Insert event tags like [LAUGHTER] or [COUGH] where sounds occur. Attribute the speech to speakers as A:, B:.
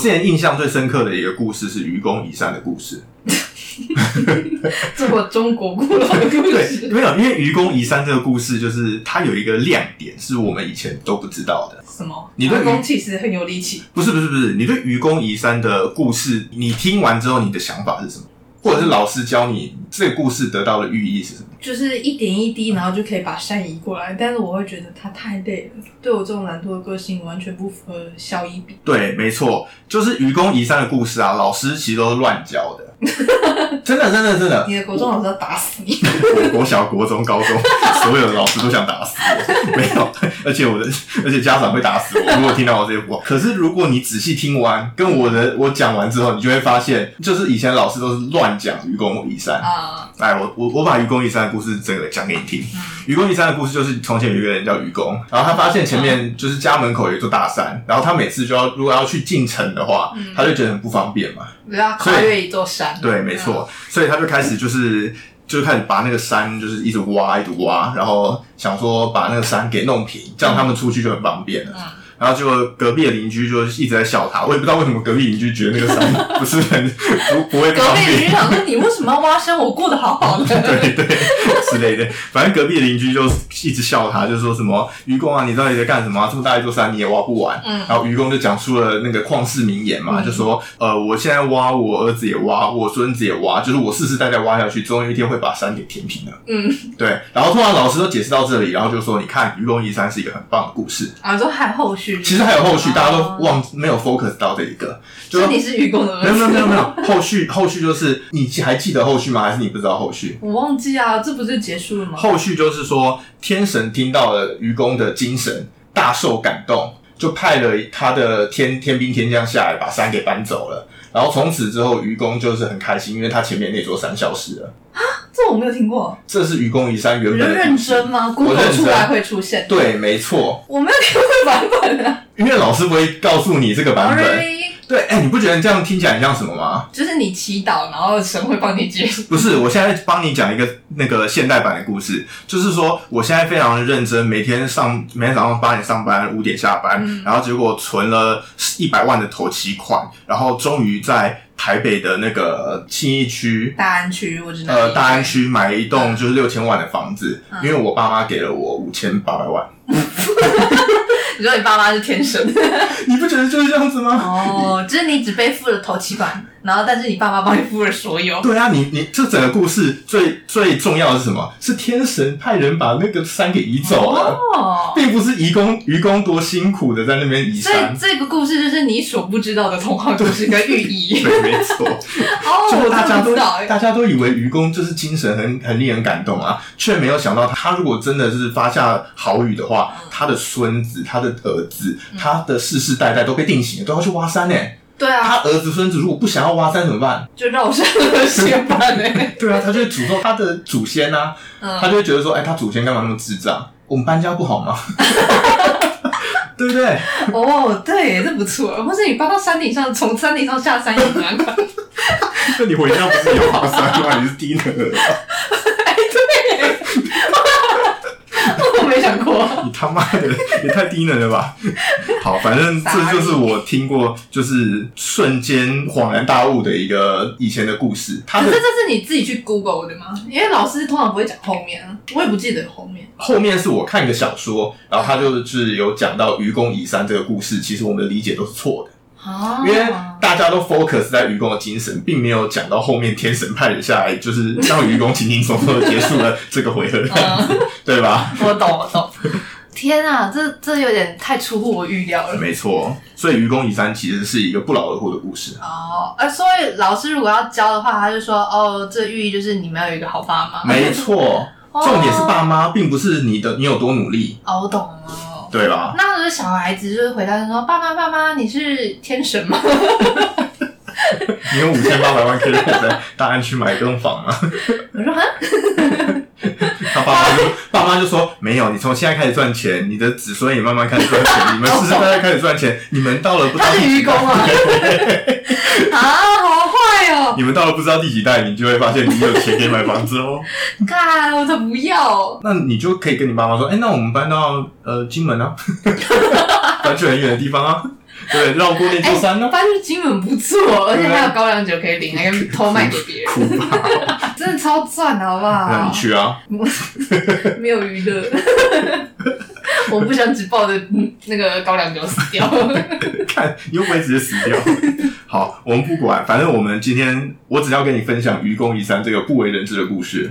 A: 之前印象最深刻的一个故事是愚公移山的故事。
B: 这我中国古老的故
A: 对，
B: 事，
A: 没有，因为愚公移山这个故事，就是它有一个亮点，是我们以前都不知道的。
B: 什么？
A: 你对
B: 阿公其实很有力气，
A: 不是不是不是，你对愚公移山的故事，你听完之后你的想法是什么？或者是老师教你这个故事得到的寓意是什么？
B: 就是一点一滴，然后就可以把山移过来。但是我会觉得他太累了，对我这种懒惰的个性完全不符合小一 [LAUGHS] 比。
A: 对，没错，就是愚公移山的故事啊，老师其实都是乱教的，真的真的真的，
B: 你的国中老师要打死你！
A: [LAUGHS] 我国小、国中、高中，所有的老师都想打死我，没有，而且我的，而且家长会打死我，如果听到我这些话。可是如果你仔细听完，跟我的我讲完之后，你就会发现，就是以前老师都是乱讲愚公移山。
B: 啊，
A: 来，我我我把愚公移山的故事整个讲给你听。
B: 嗯
A: 愚公移山的故事就是从前有一个人叫愚公，然后他发现前面就是家门口有一座大山，然后他每次就要如果要去进城的话
B: 嗯，
A: 他就觉得很不方便嘛。
B: 我要跨越一座山。
A: [LAUGHS] 对，没错，所以他就开始就是就开始把那个山就是一直挖，一直挖，然后想说把那个山给弄平，这样他们出去就很方便了。
B: 嗯
A: 然后就隔壁的邻居就一直在笑他，我也不知道为什么隔壁邻居觉得那个山不是很不不会
B: 嗯。隔
A: 方
B: 壁邻居
A: 便。
B: 想说：“你为什么要挖山？我过得好好的。
A: 对对之类的，反正隔壁的邻居就一直笑他，就说什么愚公啊，你到底在干什么啊、这么大一座山你也挖不完。”
B: 嗯
A: 然后愚公就讲出了那个旷世名言嘛，
B: 嗯
A: 就说呃，我现在挖，我儿子也挖，我孙子也挖，就是我世世代代挖下去，总有一天会把山给填平的。
B: 嗯，
A: 对，然后突然老师都解释到这里，然后就说，你看愚公移山是一个很棒的故事，
B: 啊，说还有后续。
A: 其实还有后续，大家都
B: 哦
A: 忘没有 focus 到这一个，就
B: 所
A: 是
B: 以你是愚公的儿
A: 没有没有
B: 子。
A: 没有没有后续后续就是你还记得后续吗？还是你不知道后续？
B: 我忘记啊，这不就结束了吗？
A: 后续就是说，天神听到了愚公的精神，大受感动，就派了他的天天兵天将下来把山给搬走了。然后从此之后，愚公就是很开心，因为他前面那座山消失了。
B: 这我没有听过。
A: 这是愚公移山原
B: 你
A: 本
B: 就
A: 的
B: 认
A: 故事
B: 真吗
A: 我认
B: ？Google
A: 真
B: 出来会出现。
A: 对，没错，
B: 我没有听过版本啊。
A: 因为老师不会告诉你这个版本。
B: Sorry，
A: 对，哎，你不觉得这样听起来很像什么吗？
B: 就是你祈祷，然后神会帮你解决。
A: 不是，我现在帮你讲一个那个现代版的故事，就是说我现在非常认真，每天上每天早上八点上班，五点下班，
B: 嗯
A: 然后结果存了一百万的头期款，然后终于在台北的那个信义区。
B: 大安区，我知道。
A: 呃，大安。区买一栋就是六千万的房子，
B: 嗯
A: 因为我爸妈给了我五千八百万，
B: 你说你爸妈是天神
A: [LAUGHS] 你不觉得就是这样子吗？
B: 哦，就是你只背负了头期款，然后但是你爸妈帮你付了所有。
A: 对啊，你你这整个故事最最重要的是什么？是天神派人把那个山给移走啊了。
B: 哦，
A: 并不是愚公愚公多辛苦的在那边移
B: 所以
A: 山，
B: 这个故事就是你所不知道的童话故事跟寓
A: [LAUGHS]
B: 意。
A: 对，没错。
B: [LAUGHS] 哦，
A: 最后
B: 我
A: 大家
B: 真的不
A: 都
B: 知道欸。
A: 大家都以为愚公就是精神很很令人感动啊，却没有想到他如果真的是发下好雨的话，
B: 嗯
A: 他的孙子、他的儿子、他的世世代代都被定型了，都要去挖山呢、
B: 对啊，
A: 他儿子孙子如果不想要挖山怎么办？
B: 就绕山了先办哎。
A: [LAUGHS] 对啊，他就会诅咒他的祖先啊，他
B: 嗯，
A: 就会觉得说，哎，他祖先干嘛那么智障？我们搬家不好
B: [LAUGHS]
A: 吗？对不对？
B: 哦，对，这不错。或是你搬到山顶上，从山顶上下山也很难管。
A: 那你回家不是有爬山吗？你是低能儿啊！
B: [LAUGHS] 我没想过。
A: 你他妈的也太低能了
B: [LAUGHS]
A: 吧！好，反正这就是我听过，就是瞬间恍然大悟的一个以前的故事。它
B: 可
A: 的
B: 是这是你自己去 Google 的吗？因为老师通常不会讲后面啊，我也不记得有后面。
A: 后面是我看一个小说，然后他就是有讲到愚公移山这个故事，其实我们的理解都是错的，
B: 哦
A: 因为大家都 focus 在愚公的精神，并没有讲到后面天神派人下来，就是让愚公轻轻松松的结束了这个回合，这样
B: 哦
A: 子，对吧？
B: 我懂，我懂。 [LAUGHS] 天啊，这这有点太出乎我预料了。
A: 没错，所以愚公移山其实是一个不劳而获的故事。
B: 哦，呃，所以老师如果要教的话，他就说，哦，这寓意就是你们要有一个好爸妈。
A: 没错，
B: 哦
A: 重点是爸妈，并不是你的你有多努力，
B: 哦，我懂了。
A: 对吧？
B: 那我的小孩子就是回答说，爸妈，爸妈，你是天神吗？ [LAUGHS]
A: 你有五千八百万可以让我在大安区买一栋房吗？ [LAUGHS]
B: 我说，哼，
A: 他爸妈就爸妈就说没有，你从现在开始赚钱，你的子孙也慢慢开始赚钱，你们世世代代开始赚钱，你们到了不知道
B: 他是
A: 第
B: 愚
A: 几
B: 公
A: 代， [LAUGHS]
B: 啊。啊，好坏哦！
A: 你们到了不知道第几代，你就会发现你有钱可以买房子
B: [LAUGHS]
A: 哦。
B: 看，我才不要。
A: 那你就 [LAUGHS] 可以跟你爸妈说，哎、那我们搬到呃金门啊，搬去很远的地方啊。对，绕过那座山啊呢，
B: 发现金门不错，而且还有高粱酒可以领，还 [LAUGHS] 可以偷卖给别
A: 哭
B: 人，
A: 吧，
B: 真的超赚的，好不
A: 那你
B: [LAUGHS] 好？
A: 去啊，
B: 没有娱乐， [LAUGHS] 我不想只抱着嗯那个高粱酒死掉。
A: [LAUGHS] 看你又不会直接死掉。好，我们不管，反正我们今天我只要跟你分享愚公移山这个不为人知的故事。